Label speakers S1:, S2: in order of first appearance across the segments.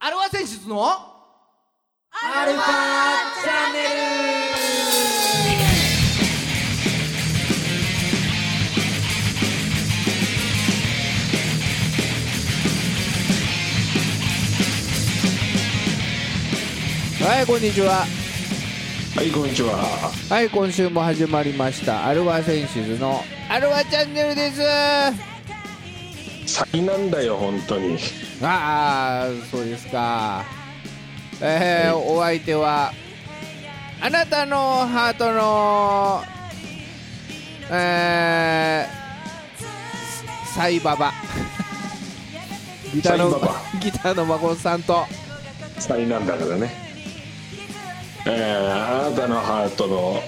S1: アルファ選出の
S2: アルファチャンネ
S3: はいこんにちは
S4: はい、こんにちは。
S3: はい今週も始まりましたアルファセンシズのアルファチャンネルです
S4: 先なんだよ、本当に。
S3: ああそうですかえー、お相手はあなたのハートのえー、サイババギターの
S4: サイババ
S3: ギターの孫さんと
S4: 先なんだからね。えー、あなたのハートの。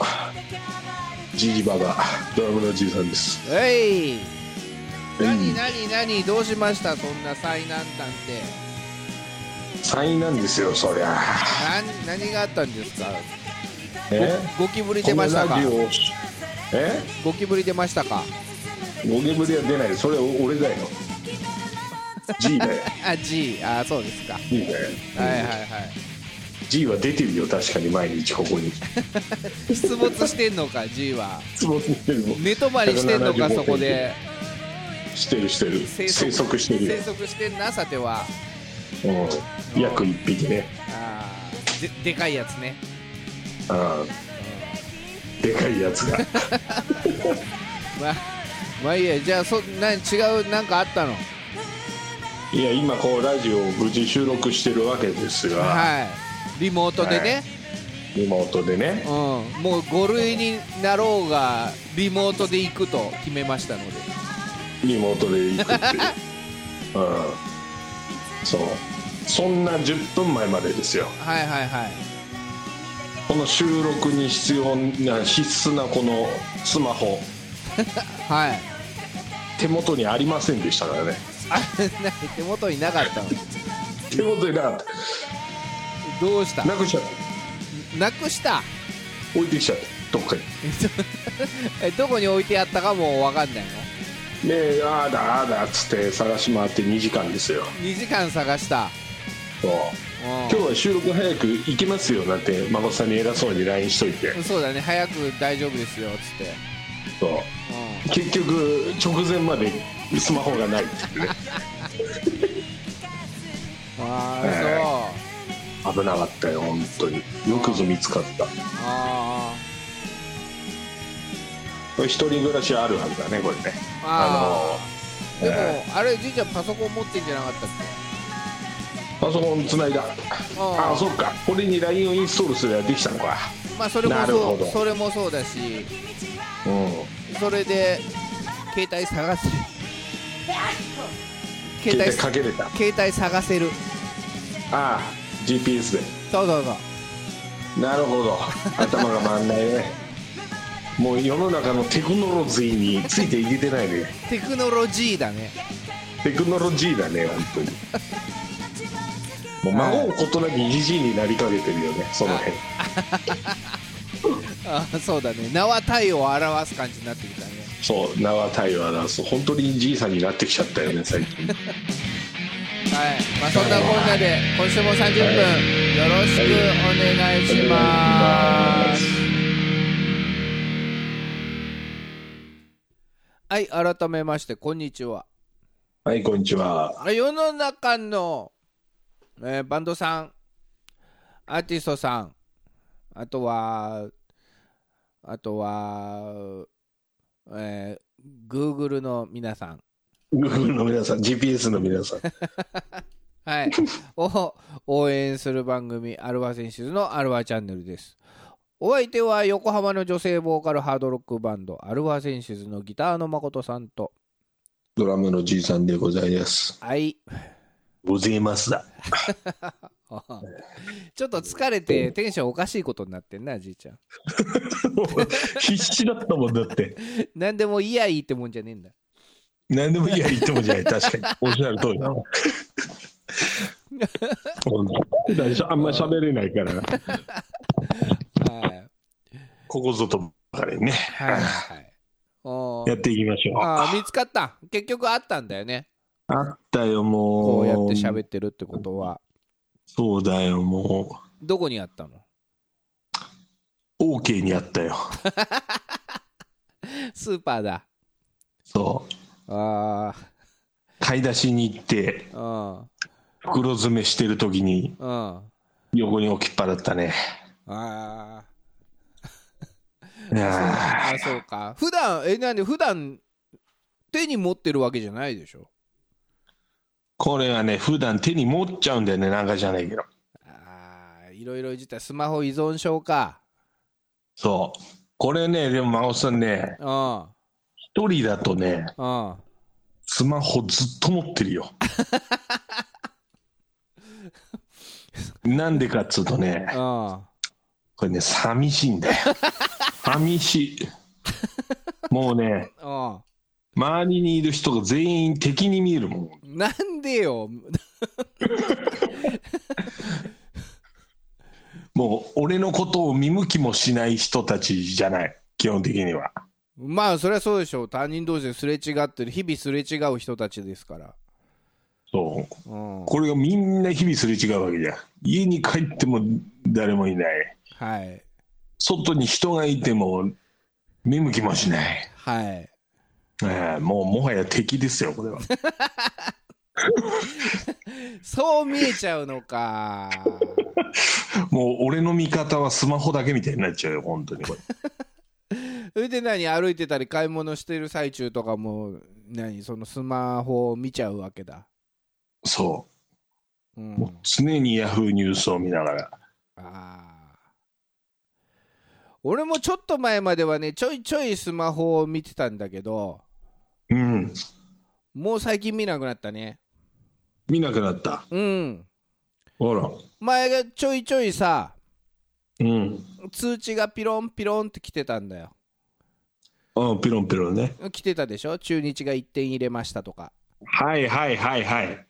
S4: ジリババ、ドラムのじいさんです。
S3: えい何
S4: うん
S3: 何何どうしましたそんな最難関って
S4: 災難ですよ、そりゃ。
S3: 何何があったんですか
S4: え
S3: ゴキブリ出
S4: こ
S3: ま
S4: の
S3: したか
S4: ラジオ。え
S3: ゴキブリ出ましたか
S4: ゴゲブリは出ない、それ俺だよ。G だよ。
S3: あ G あそうですかは
S4: G だよ。
S3: いはいはい
S4: G は出てるよ、確かに毎日こ こに。
S3: 出没してんのか G は
S4: つぼってるもん
S3: 寝泊まりしてんのか
S4: 175
S3: そこで
S4: してるしてる。生息してるよ
S3: 生。息してんなさては
S4: うん、約1匹ね。
S3: あーででかいやつね
S4: ああでかいやつが
S3: ままあいいやじゃあそな違うなんかあったの
S4: いや今こうラジオを無事収録してるわけですが、
S3: はいリモートでね、
S4: リモートでね
S3: うん、もう5類になろうがリモートで行くと決めましたので
S4: リモートで行くっていううんそうそんな10分前までですよ
S3: はいはいはい
S4: この収録に必要な必須なこのスマホ
S3: はい
S4: 手元にありませんでしたからね
S3: あない手元になかったの
S4: 手元になかっ
S3: どうした
S4: たなくしちゃっ
S3: なくした
S4: た置いてきちゃったどっかに
S3: えどこに置いてあったかもう分かんないの
S4: でああだああだっつって探し回って2時間ですよ
S3: 2時間探した
S4: そう
S3: うん
S4: 今日は収録早く行きますよなんて孫さんに偉そうに LINE しといて
S3: そうだね早く大丈夫ですよっつって、
S4: そう
S3: う
S4: 結局直前までスマホがないっていうね
S3: ん、ああ、
S4: ええ
S3: そう
S4: 危なかったよ本当によくぞ見つかった
S3: あ
S4: これ一人暮らしあるはずだねこれね
S3: ーあー
S4: あの
S3: でも、
S4: え
S3: あれじいちゃんパソコン持ってんじゃなかったっ
S4: パソコンつないだ
S3: あ
S4: ああそっかこれに LINE をインストールすればできたのか
S3: けまあそれも
S4: なる
S3: そ
S4: ほ
S3: う
S4: ど
S3: それもそうだし
S4: うん
S3: それで携帯探せる携
S4: 携
S3: 帯
S4: 帯かけれたあ
S3: 携帯探せる
S4: あ GPS で
S3: そうそうそう
S4: なるほど頭が回んない ねもう世の中のテクノロジーについていけてないね
S3: テクノロジーだね
S4: テクノロジーだね本当にもう孫をことなきじじいになりかけてるよねその辺
S3: あーそうだね名は体を表す感じになってきたね
S4: そう名は体を表す本当にじいさんになってきちゃったよね最近
S3: はい、まあ、そんなこんなで今週も30分よろしくお願いします。はい、改めましてこんにちは。
S4: はいこんにちは
S3: あ世の中の、えーバンドさん、アーティストさん、あとは、あとは、えー、Google の皆さん、
S4: Google の皆さん GPS の皆さん
S3: はい、を応援する番組アルファ選手のアルファチャンネルですお相手は横浜の女性ボーカルハードロックバンドアルファセンシズのギターの誠さんと
S4: ドラムのじいさんでございます
S3: はい
S4: ございますだ
S3: あ ちょっと疲れてテンションおかしいことになってんなじいちゃん
S4: 必死だったもんだって
S3: 何でもいいやいいってもんじゃねえんだ
S4: 何でもいいや言ってもじゃない確かにおっしゃる通り だあんま喋れないから
S3: はい
S4: ここぞとばかりにね
S3: はいはいおー
S4: やっていきましょう
S3: あー見つかった結局あったんだよね
S4: あったよ、もう。
S3: こうやって喋ってるってことは
S4: そうだよ、もう。
S3: どこにあったの
S4: OK にあったよ。
S3: スーパーだ
S4: そう。
S3: あ
S4: 買い出しに行って、
S3: あ
S4: 袋詰めしてる時に
S3: うんうん
S4: 横に置きっぱだったね。
S3: あ
S4: い
S3: ー
S4: や
S3: あそうか普段えなんで普段手に持ってるわけじゃないでしょ
S4: これはね、普段手に持っちゃうんだよね、なんかじゃないけど。
S3: ああいろいろ自体スマホ依存症か
S4: そう。これね、でも、真央さんね、
S3: うん
S4: 一人だとね、
S3: うん
S4: スマホずっと持ってる よ。なんでかっつうとね、
S3: うん
S4: これね、寂しいんだよ。寂しい。もうね、
S3: うん
S4: 周りにいる人が全員敵に見えるもん。
S3: なんでよ
S4: もう、俺のことを見向きもしない人たちじゃない。基本的には。
S3: まあそりゃそうでしょう他人同士ですれ違ってる日々すれ違う人たちですから
S4: そう。
S3: うん
S4: これがみんな日々すれ違うわけじゃん。家に帰っても誰もいない。
S3: はい
S4: 外に人がいても見向きもしない。
S3: はい
S4: ええもうもはや敵ですよ、これは。
S3: そう見えちゃうのか
S4: もう俺の味方はスマホだけみたいになっちゃうよ、本当にこれ。
S3: それで何歩いてたり買い物してる最中とかも何そのスマホを見ちゃうわけだ
S4: そうう。もうん常にヤフーニュースを見ながら。
S3: あー俺もちょっと前まではねちょいちょいスマホを見てたんだけど
S4: うん。
S3: もう最近見なくなったね
S4: 見なくなった。
S3: うん
S4: ほら。
S3: 前がちょいちょいさ
S4: うん。
S3: 通知がピロンピロンって来てたんだよ
S4: うん、ピロンピロンね。
S3: 来てたでしょ中日が1点入れましたとか
S4: はいはいはいはい。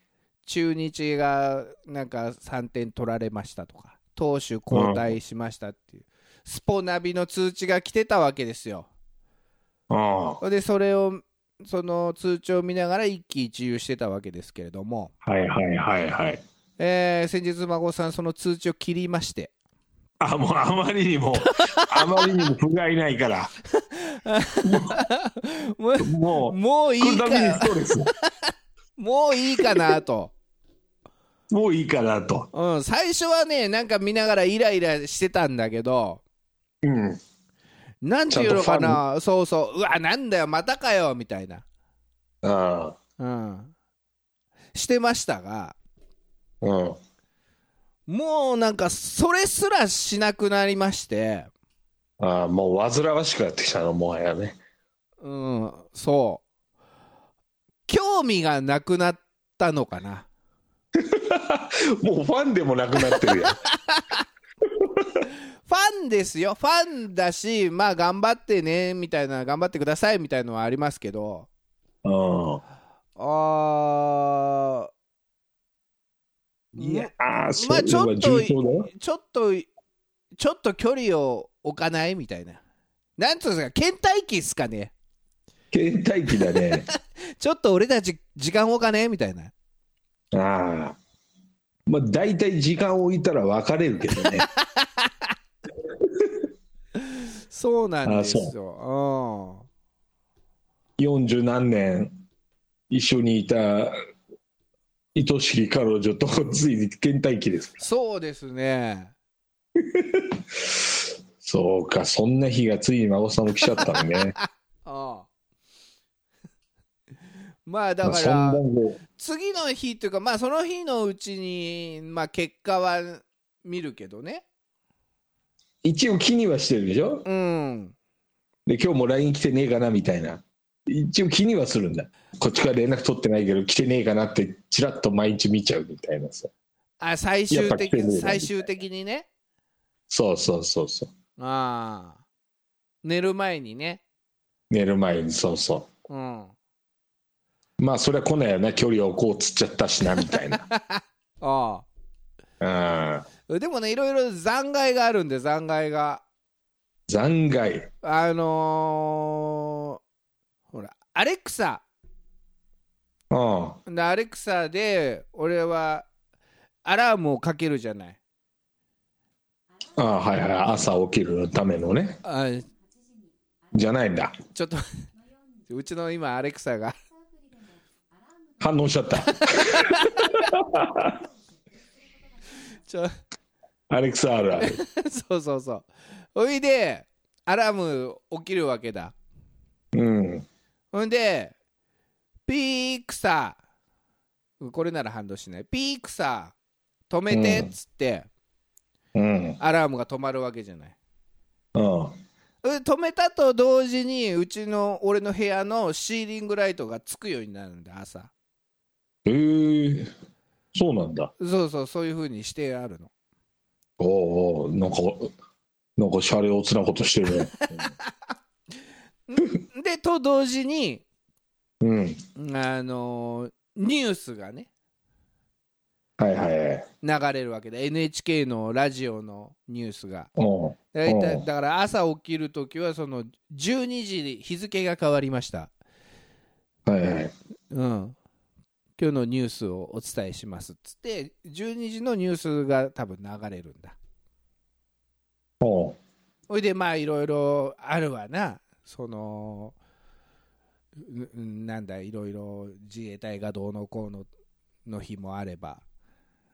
S3: 中日がなんか3点取られましたとか投手交代しましたっていう、スポナビの通知が来てたわけですよ
S4: ああ。
S3: でそれをその通知を見ながら一喜一憂してたわけですけれども、
S4: はいはいはいはい。
S3: えー先日孫さんその通知を切りまして
S4: あ、もうあまりに も、あまりにも不甲斐ないから。
S3: も
S4: も
S3: う
S4: う、
S3: もういい
S4: このために
S3: か
S4: ストレス。
S3: もういいかなと、
S4: もういいかなと。
S3: うん、最初はねなんか見ながらイライラしてたんだけど
S4: うん。
S3: なんていうのかなそうそううわなんだよまたかよみたいな、
S4: ああ。
S3: うん、してましたが
S4: うん。
S3: もうなんかそれすらしなくなりまして
S4: ああ、もう煩わしくなってきたの、もはやね。
S3: うんそう興味がなくなったのかな
S4: もうファンでもなくなってる やん。
S3: ファンですよファンだしまあ頑張ってねみたいな頑張ってくださいみたいのはありますけど
S4: う
S3: あ
S4: ん。
S3: ー
S4: いやー、そ
S3: まあ
S4: れ
S3: ちょっと
S4: は重症だよ。
S3: ちょっと、ちょっと距離を置かないみたいな。なんつうんですか、倦怠期っすかね。
S4: 倦怠期だね。
S3: ちょっと俺たち時間置かねみたいな。
S4: ああ。まあ大体時間を置いたら別れるけどね。
S3: そうなんです
S4: あ
S3: よ。
S4: 40何年一緒にいた愛しき彼女とついに倦怠期です
S3: うん、そうですね。
S4: そうかそんな日がついに孫さんも来ちゃったのね
S3: ああ まあ
S4: ま
S3: だ
S4: あ
S3: か
S4: そんな
S3: ら、
S4: んで
S3: 次の日というか、まあその日のうちに、まあ結果は見るけどね。
S4: 一応気にはしてるでしょ
S3: うん。
S4: で今日も LINE 来てねえかなみたいな一応気にはするんだこっちから連絡取ってないけど来てねえかなってちらっと毎日見ちゃうみたいなさ
S3: あ、最終
S4: やっぱ
S3: 的
S4: 来てねえなみたいな
S3: 最終的にね。
S4: そうそうそうそう
S3: ああ。寝る前にね。
S4: 寝る前にそうそ
S3: うん。
S4: うまあそれは来ないよな距離を置こうっつっちゃったしなみたいな
S3: あ
S4: うん
S3: あでもねいろいろ残骸があるんで残骸が
S4: 残骸
S3: あのーほらアレクサ
S4: うん
S3: でアレクサで俺はアラームをかけるじゃない
S4: ああはいはい朝起きるためのね
S3: あ
S4: じゃないんだ
S3: ちょっとうちの今アレクサが
S4: 反応しちゃった
S3: ちょ
S4: アレクサあるある
S3: そうそうそうおいでアラーム起きるわけだ
S4: うん
S3: ほんでピークさこれなら反動しないピークさ止めてっつって、
S4: うん
S3: アラームが止まるわけじゃない
S4: うん
S3: うん止めたと同時にうちの俺の部屋のシーリングライトがつくようになるんだ朝
S4: えー、そうなんだ
S3: そうそうそういう風にしてあるの
S4: おうおうなんかなんかシャレオツなことして るね
S3: でと同時に
S4: うん
S3: あのーニュースがね
S4: はいはいはい
S3: 流れるわけで NHK のラジオのニュースが
S4: うん
S3: だいた
S4: う
S3: い
S4: ん
S3: だから朝起きる時はその12時に日付が変わりました
S4: はいはい
S3: うん今日のニュースをお伝えしますっつって12時のニュースが多分流れるんだ
S4: おう
S3: ほいでまあいろいろあるわなそのううんなんだいろいろ自衛隊がどうのこうのの日もあれば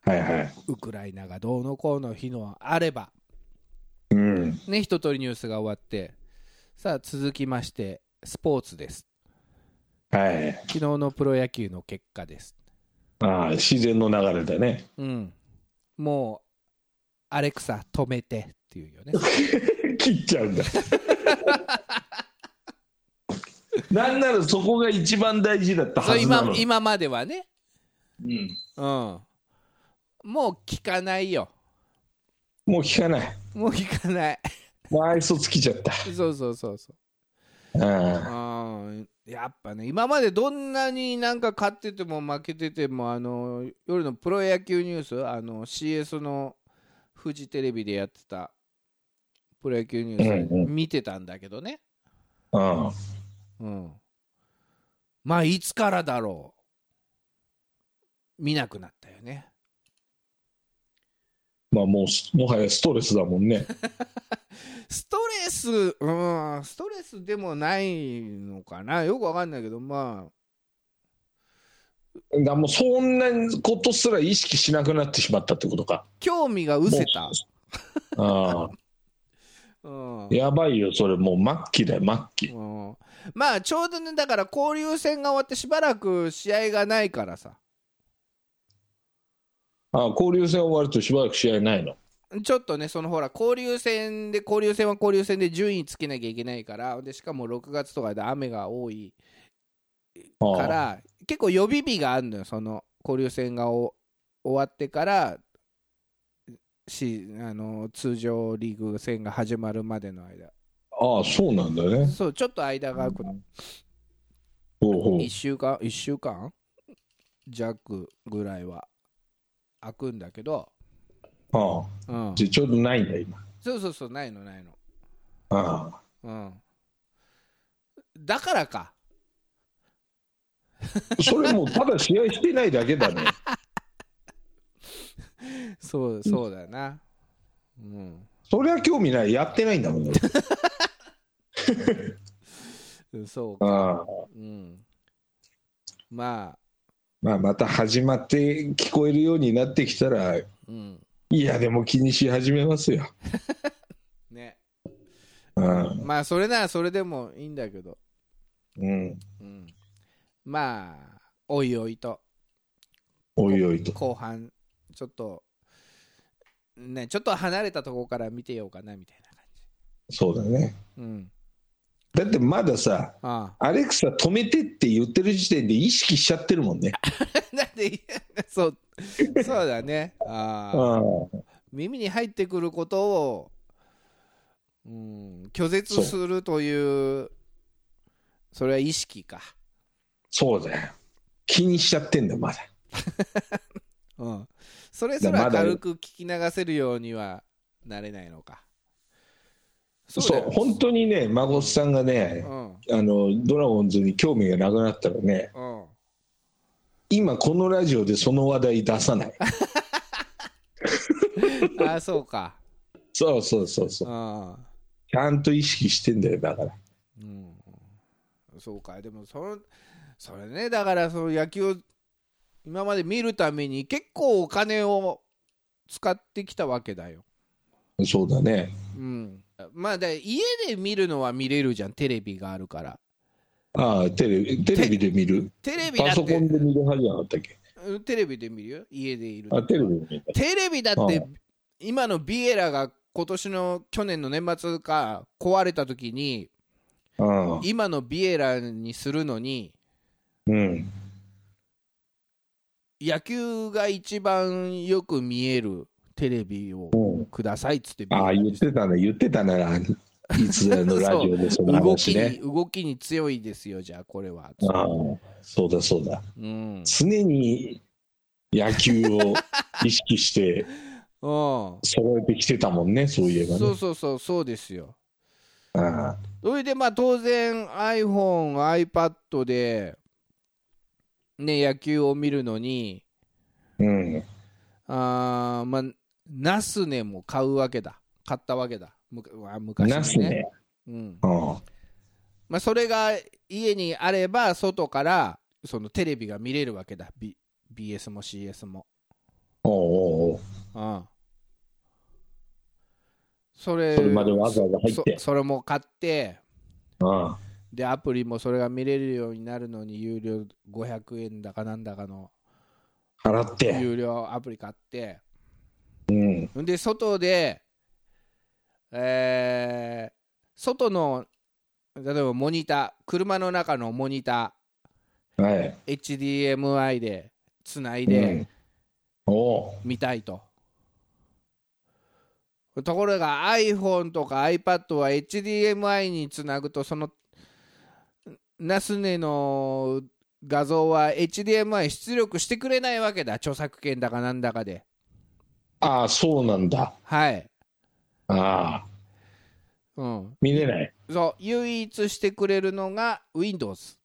S4: はいはい
S3: ウクライナがどうのこうの日のあれば
S4: うん
S3: ね一通りニュースが終わってさあ続きましてスポーツです
S4: はい
S3: 昨日のプロ野球の結果です
S4: ああ自然の流れだ ね
S3: うんもうアレクサ止めてっていうよね
S4: 切っち ゃうんだなんならそこが一番大事だった
S3: そ
S4: は
S3: う
S4: ずなの
S3: 今今まではね
S4: うん
S3: うんもう聞かないよ
S4: もう聞かない
S3: もう聞かない
S4: もう愛想つきちゃった
S3: そうそうそうそう。
S4: うん
S3: うん、やっぱね、今までどんなになんか勝ってても負けてても、あの夜のプロ野球ニュース、あの CS のフジテレビでやってたプロ野球ニュース
S4: うんうん
S3: 見てたんだけどね、
S4: うん
S3: うん、まあ、いつからだろう、見なくなったよね。
S4: まあもうすもはやストレスだもんね
S3: ストレス、うん、ストレスでもないのかな、よくわかんないけど、まあ、
S4: だからもうそんなことすら意識しなくなってしまったってことか
S3: 興味が失せた。
S4: あ
S3: うん
S4: あやばいよそれもう末期だよ末期
S3: うんまあちょうどねだから交流戦が終わってしばらく試合がないからさ
S4: ああ交流戦終わるとしばらく試合ないの
S3: ちょっとねそのほら交流戦で交流戦は交流戦で順位つけなきゃいけないからでしかも6月とかで雨が多い
S4: あ
S3: か
S4: あ
S3: ら結構予備日があるのよその交流戦がお終わってからしあの通常リーグ戦が始まるまでの間
S4: ああそうなんだね
S3: そうちょっと間が空くの
S4: ほうほう
S3: 1週間1週間弱ぐらいは開くんだけど、
S4: ああ
S3: うん、
S4: じゃあちょうどないんだ今
S3: そうそうそうないのないの、
S4: ああ
S3: うん、だからか
S4: それもうただ試合してないだけだね
S3: そうそうだなうん、
S4: そりゃ興味ないやってないんだもんね
S3: そうか、
S4: ああ
S3: うん、まあ
S4: まあまた始まって聞こえるようになってきたらい
S3: うん
S4: やでも気にし始めますよ
S3: ね
S4: うん
S3: まあそれならそれでもいいんだけど、
S4: うん
S3: うん、まあおいおいと
S4: おいおいと
S3: 後半ちょっとねちょっと離れたところから見てようかなみたいな感じ
S4: そうだね
S3: うん
S4: だってまださ
S3: あ
S4: アレクサ止めてって言ってる時点で意識しちゃってるもんね
S3: あ だってそうそうだねああ
S4: う
S3: 耳に入ってくることを、うん、拒絶するというそれは意識か
S4: そうだよ気にしちゃってんだよまだ
S3: うんそれすら軽く聞き流せるようにはなれないのか
S4: そう
S3: だよ
S4: 本当にね孫さんがね
S3: うん
S4: あのドラゴンズに興味がなくなったらね
S3: うん
S4: 今このラジオでその話題出さない
S3: ああそうか
S4: そうそうそうそう。
S3: ああ
S4: ちゃんと意識してんだよ、だから。
S3: うんそうかでもそのそれねだからその野球を今まで見るために結構お金を使ってきたわけだよ、
S4: そうだね。
S3: うん、まあだ家で見るのは見れるじゃんテレビがあるから
S4: ああ、テレビ、テレビで見る
S3: テレビだ
S4: パ
S3: っ
S4: ソコン
S3: て
S4: で見るはずじゃなかったっけ
S3: うんテレビで見るよ家でいる
S4: あ、テレビで見る。
S3: テレビだって
S4: う
S3: 今のビエラが今年の去年の年末か壊れた時に
S4: うん。
S3: 今のビエラにするのに
S4: うん。
S3: 野球が一番よく見えるテレビをくださいっつって
S4: ああ、言ってたね、言ってたね、あのいつだのラジオでその
S3: 動
S4: 話
S3: き
S4: ね
S3: に。動きに強いですよじゃあこれは、
S4: ああ、そうだそうだ。
S3: うん
S4: 常に野球を意識して
S3: うん
S4: 揃えてきてたもんね、そういえば
S3: そう
S4: ね。
S3: そうそうそうですよ
S4: あ
S3: それでまあ当然 iPhoneiPad でね野球を見るのに
S4: あうん。
S3: あーまあナスネも買うわけだ買ったわけだむかうわ昔
S4: なす
S3: にね
S4: ね。
S3: うん
S4: うん。
S3: まあ、それが家にあれば外からそのテレビが見れるわけだ、B、BS も CS も、
S4: おうおうおう
S3: うん、それ
S4: それまでわざわざ入って
S3: そそれも買って
S4: ああ
S3: でアプリもそれが見れるようになるのに有料500円だかなんだかの
S4: 払って。
S3: 有料アプリ買って
S4: うん。
S3: んで外でえー外の例えばモニター車の中のモニター
S4: はい。
S3: HDMI でつない
S4: うん
S3: で、
S4: おお
S3: 見たいと、ところが iPhone とか iPad は HDMI につなぐとそのナスネの画像は HDMI 出力してくれないわけだ著作権だかなんだかで
S4: ああ、そうなんだ。
S3: はい、
S4: ああ、
S3: うん、
S4: 見れない。
S3: そう唯一してくれるのが Windows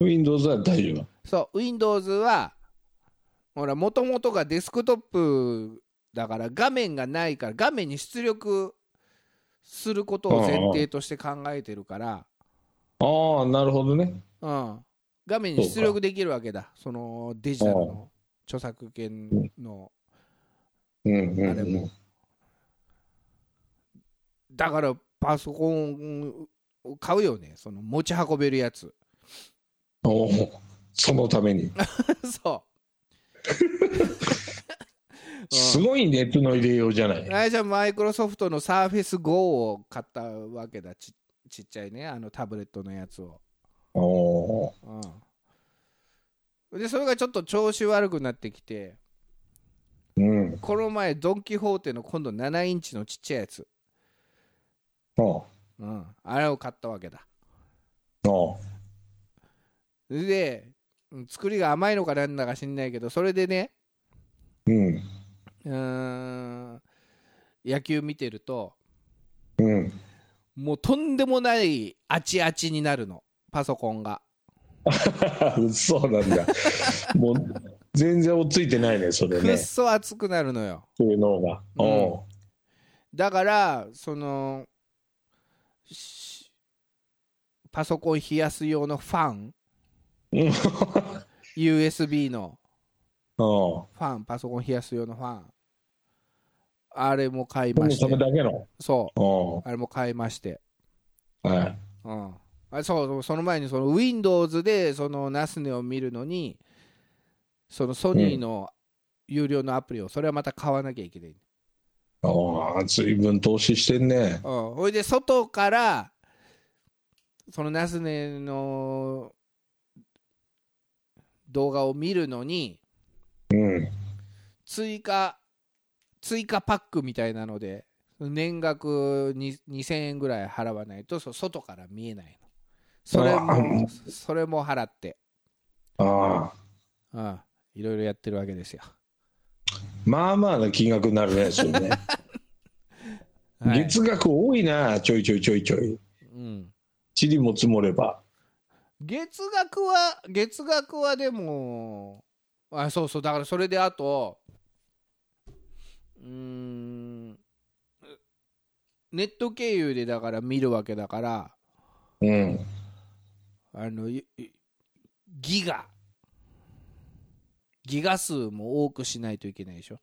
S4: Windows は大丈夫。
S3: そう Windows はほらもともとがデスクトップだから画面がないから画面に出力することを前提として考えてるから、
S4: ああ、なるほどね。
S3: うん、画面に出力できるわけだそのデジタルの著作権の
S4: うんうん、
S3: あれもだからパソコンを買うよねその持ち運べるやつ
S4: おお、そのために。
S3: そう
S4: すごい熱の入れようじゃない。
S3: あれじゃマイクロソフトのサーフェス GO を買ったわけだちちっちゃいねあのタブレットのやつを、
S4: おお
S3: うん、でそれがちょっと調子悪くなってきて
S4: ー、うん。
S3: この前ドン・キホーテの今度7インチのちっちゃいやつ、
S4: お
S3: うん、あれを買ったわけだ
S4: お、お
S3: でうん作りが甘いのかなんだか知んないけどそれでね
S4: ううん、
S3: うーん野球見てると
S4: うん。
S3: もうとんでもないあちあちになるのパソコンが
S4: そうなんだ。もう、全然追っついてないね、それ
S3: くっ
S4: ね。
S3: そ熱くなるのよ
S4: そういうのが。おお
S3: だからそのしパソコン冷やす用のファン
S4: ー。うん
S3: USB の
S4: おお。
S3: ファンパソコン冷やす用のファンあれも買い
S4: そ
S3: ま
S4: の
S3: したて
S4: めだけの。
S3: そ
S4: おお
S3: うあれも買いまして、
S4: ー。はい。
S3: うん、あそうそうその前にその Windows でそのナスネを見るのにそのソニーの有料のアプリをそれはまた買わなきゃいけない、
S4: おお、随分投資してんね。
S3: うん、ほいで外からそのナスネの動画を見るのに
S4: うん。
S3: 追加追加パックみたいなので年額に2000円ぐらい払わないとそ外から見えないのそれ
S4: うわう
S3: もそれも払って、
S4: ああ。
S3: うん、いろいろやってるわけですよ、
S4: まあまあな金額になるね、それね。
S3: はい
S4: 月額多いな、ちょいちょいちょいちょい。
S3: うん、
S4: チリも積もれば。
S3: 月額は月額はでもあそうそうだからそれであとうーんネット経由でだから見るわけだから
S4: うん。
S3: あのゆゆギガギガ数も多くしないといけないでしょ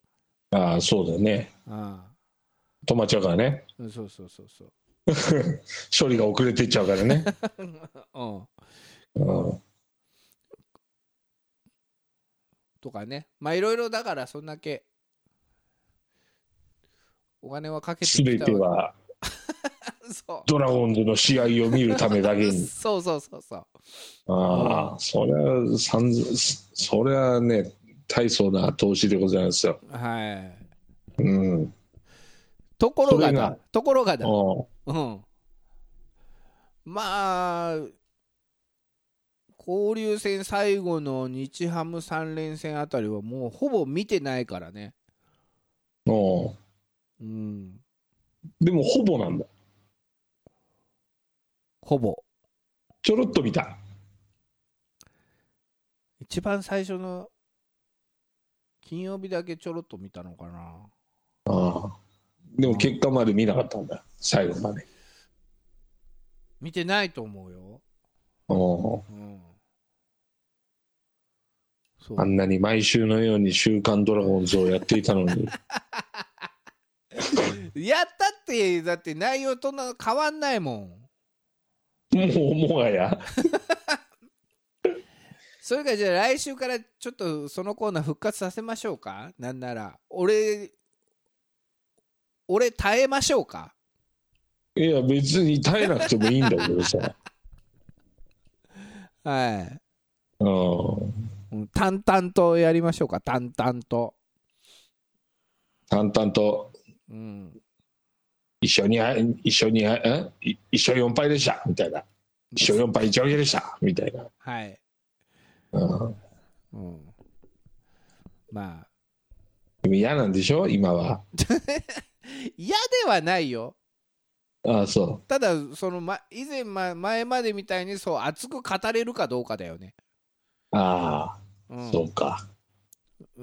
S4: ああ、そうだよね。
S3: ああ
S4: 止まっちゃうからね。
S3: うんそうそうそうそう
S4: 処理が遅れてっちゃうからね。
S3: うん
S4: うん。
S3: とかねまあいろいろだからそんだけお金はかけて
S4: すべて
S3: わ
S4: は、
S3: け そう
S4: ドラゴンズの試合を見るためだけに。
S3: そうそうそうそう
S4: ああ、そりゃ、さんそりゃね、大層な投資でございますよ。
S3: はい
S4: うん。
S3: ところが
S4: それ
S3: だ
S4: が
S3: ところがだ
S4: お
S3: うんまあ交流戦最後の日ハム3連戦あたりはもうほぼ見てないからね
S4: お
S3: うん
S4: でも、ほぼなんだ。
S3: ほぼ
S4: ちょろっと見た。
S3: 一番最初の金曜日だけちょろっと見たのかな
S4: ああ。でも、結果まで見なかったんだ。最後まで。
S3: 見てないと思うよ
S4: おう
S3: うんそう
S4: あんなに毎週のように週刊ドラゴンズをやっていたのに。
S3: やったってだって内容とな変わんないもん
S4: もう、もはや。
S3: それからじゃあ来週からちょっとそのコーナー復活させましょうかなんなら俺俺耐えましょうか
S4: いや、別に耐えなくてもいいんだけどさ。
S3: はい
S4: うん。
S3: うん淡々とやりましょうか淡々と
S4: 淡々と、
S3: うん
S4: 一緒にあ、一緒にあ、んい一緒4敗でした、みたいな。一緒4敗1分けでした、みたいな。
S3: はい、
S4: うん。
S3: うん、まあ
S4: でも嫌なんでしょ今は。
S3: 嫌ではないよ
S4: ああ、そ
S3: ただその、ま、以前、ま、前までみたいにそう熱く語れるかどうかだよね、
S4: う。あ
S3: う
S4: あ、
S3: ん、
S4: そうか。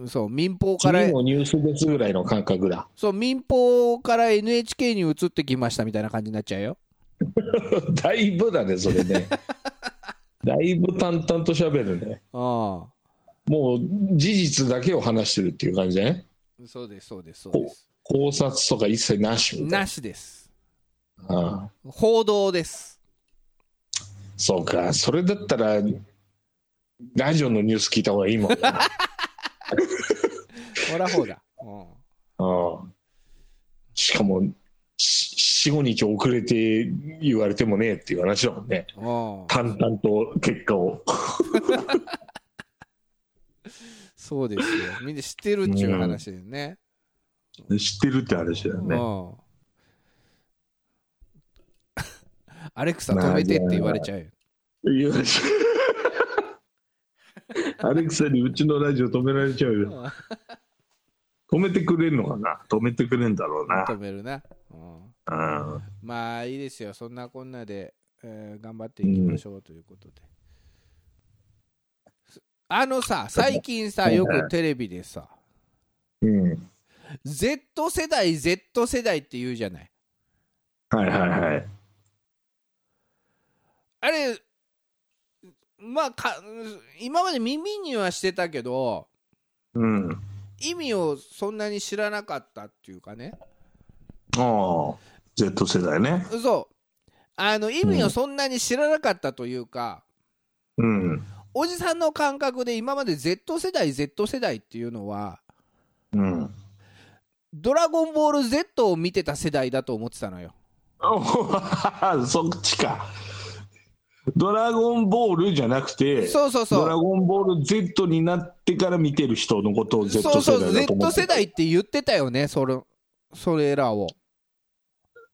S3: そう民放から
S4: 次もニュース別ぐらいの感覚だ。
S3: そう民放から NHK に移ってきましたみたいな感じになっちゃうよ
S4: だいぶだね、そ れね。だいぶ淡々と喋るね。
S3: あ
S4: もう事実だけを話してるっていう感じだね。
S3: あそうですそうですそうです
S4: 考察とか一切なしみたい
S3: な
S4: な。
S3: しです
S4: ああ
S3: 報道です
S4: そうか、それだったら、ラジオのニュース聞いた方がいいもんな。
S3: ほらほら、うん、
S4: うんしかも、し4、5日遅れて言われてもねえっていう話だもんね。
S3: うん
S4: 淡々と結果を。
S3: そうですよみんな知ってるっちゅう話だよね、
S4: 知ってるって話だよ
S3: う。ん、アレクサ止めてって言われちゃうよ
S4: いやアレクサにうちのラジオ止められちゃうよ。止めてくれるのかな止めてくれんだろう
S3: 止めるな、うん、
S4: な。うん
S3: まあいいですよそんなこんなで、えー頑張っていきましょうということで、すあのさ最近さよくテレビでさ
S4: うん。
S3: Z 世代 Z 世代って言うじゃない
S4: はいはいはい。
S3: あれまあか今まで耳にはしてたけど
S4: うん。
S3: 意味をそんなに知らなかったっていうかね
S4: ああ、Z 世代ね。
S3: そうあの意味をそんなに知らなかったというか、
S4: うん。
S3: おじさんの感覚で今まで Z 世代 Z 世代っていうのは
S4: うん。
S3: ドラゴンボール Z を見てた世代だと思ってたのよ。
S4: お そっちか。ドラゴンボールじゃなくて、
S3: そうそう
S4: ドラ
S3: そう。
S4: ゴンボール Z になってから見てる人のことを Z
S3: そう
S4: 世
S3: そう、
S4: 代だと思
S3: Z
S4: って
S3: 世代って言ってたよね、それそれらを。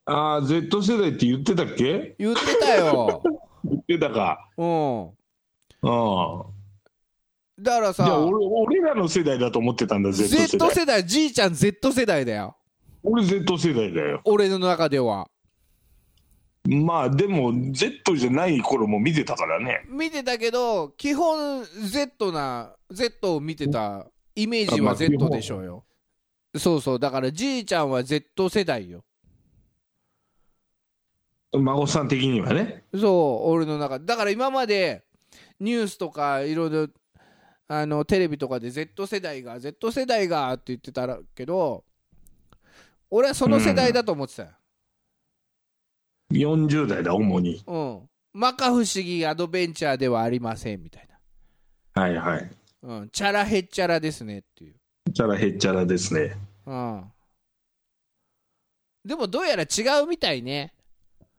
S4: ああ、Z 世代って言ってたっけ
S3: 言ってた よ。
S4: 言ってたか。
S3: う
S4: あ
S3: ん。だから
S4: あ。じゃあ
S3: さ、
S4: 俺、俺らの世代だと思ってたんだ、Z 世
S3: Z
S4: 代。
S3: 世代、じいちゃん Z 世代だよ。
S4: 俺 Z 世代だよ。
S3: 俺の中では。
S4: まあ、でも Z じゃない頃も見てたからね。
S3: 見てたけど、基本 Z な、Z を見てたイメージ
S4: あま
S3: は
S4: あ
S3: Z でしょうよ。そうそうだからじいちゃんは Z 世代よ
S4: 孫さん的にはね
S3: そう俺の中だから今までニュースとかいろいろあのテレビとかで Z 世代が Z 世代がって言ってたらけど俺はその世代だと思ってたよ、
S4: 40代だ主に
S3: うん摩訶不思議アドベンチャーではありませんみたい
S4: はいはい
S3: な、うん、チャラヘッチャラですねっていう、
S4: チャラへっちゃらですね
S3: うん、でもどうやら違うみたいね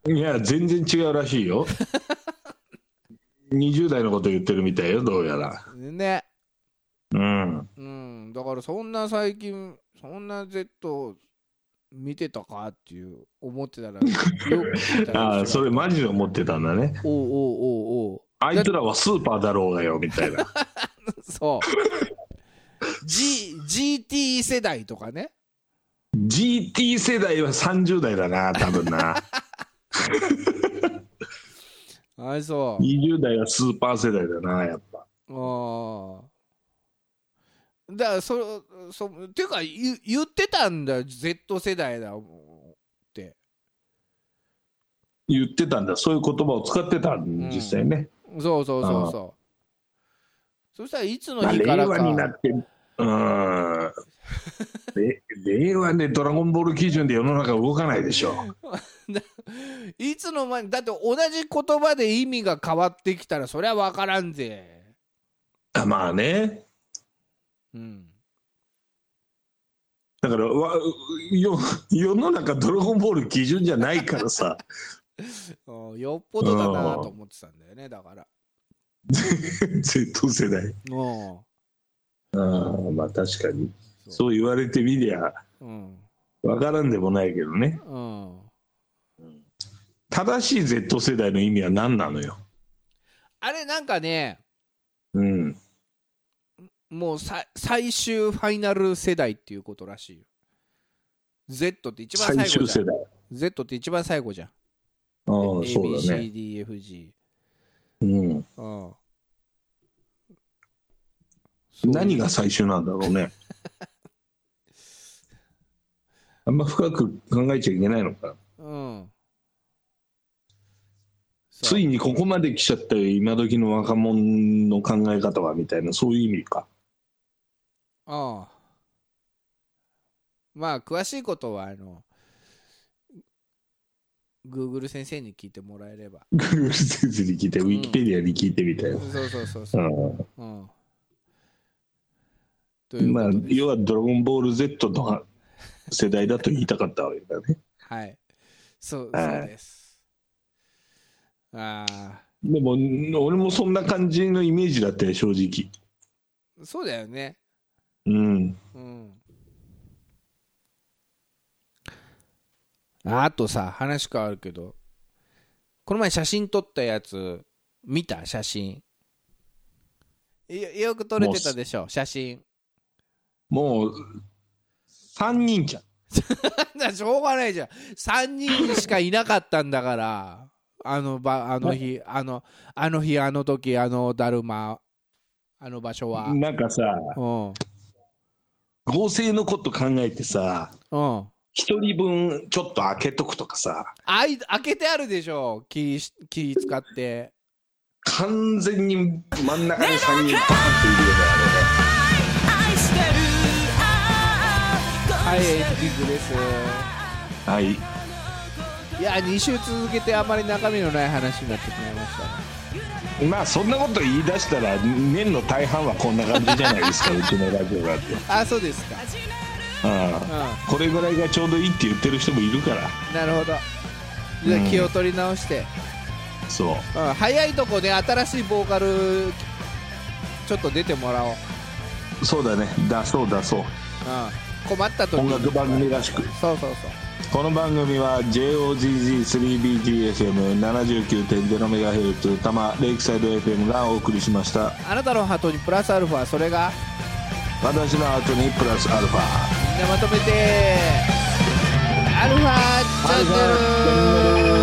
S4: いや全然違うらしいよ20代のこと言ってるみたいよどうやら
S3: ね
S4: うん
S3: うん、だからそんな最近そんな Z 見てたかっていう思ってた らよく見た
S4: ああそれマジで思ってたんだね
S3: おうおうおうおう
S4: あいつらはスーパーだろうがよみたいな
S3: そう G GT 世代とかね
S4: GT 世代は30代だな多分な
S3: あそう
S4: 20代はスーパー世代だなやっぱ
S3: ああだからそそっていうか言言ってたんだよ Z 世代だもうって
S4: 言ってたんだそういう言葉を使ってたん実際ね、
S3: そうそうそうそうそしたらいつの
S4: まあ
S3: 日から
S4: 令
S3: か
S4: 和になってうんで令和で「ドラゴンボール」基準で世の中動かないでしょ
S3: いつの間にだって同じ言葉で意味が変わってきたらそりゃ分からんぜ。
S4: あまあね
S3: うん、
S4: だからわよ世の中「ドラゴンボール」基準じゃないから さ
S3: あよっぽどだなと思ってたんだよねだから。
S4: Z 世代
S3: うん
S4: あーまあ確かに
S3: う
S4: そう言われてみりゃ
S3: うん
S4: わからんでもないけどね
S3: うん、
S4: 正しい Z 世代の意味は何なのよ
S3: あれなんかね
S4: うん
S3: もうさ最終ファイナル世代っていうことらしいよ。Z って一番最
S4: 最
S3: 後
S4: 終
S3: じゃ
S4: 世
S3: ん。
S4: 代
S3: Z って一番最後じゃん。
S4: ああそうだね
S3: ABCDFG。
S4: うん
S3: うんそう
S4: 何が最終なんだろう ねあんま深く考えちゃいけないのかな
S3: うん。そう
S4: ついにここまで来ちゃったよ今時の若者の考え方はみたいなそういう意味か
S3: ああまあ詳しいことはあの Google 先生に聞いてもらえれば
S4: Google 先生に聞いてウィキペディアに聞いてみたいな、
S3: そうそうそうそう、う
S4: う
S3: ん、とい
S4: ん、
S3: う
S4: まあ
S3: ことです、
S4: 要は「ドラゴンボール Z」の世代だと言いたかったわけだね
S3: はいそう
S4: はい
S3: そうですああ
S4: でも俺もそんな感じのイメージだったよ正直
S3: そうだよね
S4: うん
S3: うんああとさ話変わるけどこの前写真撮ったやつ見た写真よよく撮れてたでしょ写真
S4: もう3人じゃん
S3: なしょうがないじゃん3人しかいなかったんだからあの場あの日あのあの日あの時あのだるまあの場所はうん
S4: なんかさ合成のこと考えてさ
S3: うん
S4: 一人分ちょっと開けとくとかさ
S3: あい開けてあるでしょ木し木使って
S4: 完全に真ん中に3人バーンっているよねあ
S3: はいエンディングです
S4: れねはい
S3: いや2週続けてあまり中身のない話になってしまいましたね
S4: まあそんなこと言い出したら年の大半はこんな感じじゃないですかうちのラジオだって、
S3: あそうですか
S4: うん、
S3: う
S4: これぐらいがちょうどいいって言ってる人もいるから
S3: んなるほどじゃあ
S4: うん
S3: 気を取り直して、
S4: そう
S3: うん、早いとこで新しいボーカルちょっと出てもらおう、うん、
S4: そうだね出そう出そう
S3: 困った時
S4: 音
S3: に
S4: 楽番組らしく
S3: そうそうそう
S4: この番組は JOGG3BGFM79.0MHz 多摩レイクサイド FM がお送りしました
S3: あなたのハートにプラスアルファそれが
S4: 私の後にプラスアルファ
S3: みんなまとめてアルファチャンネル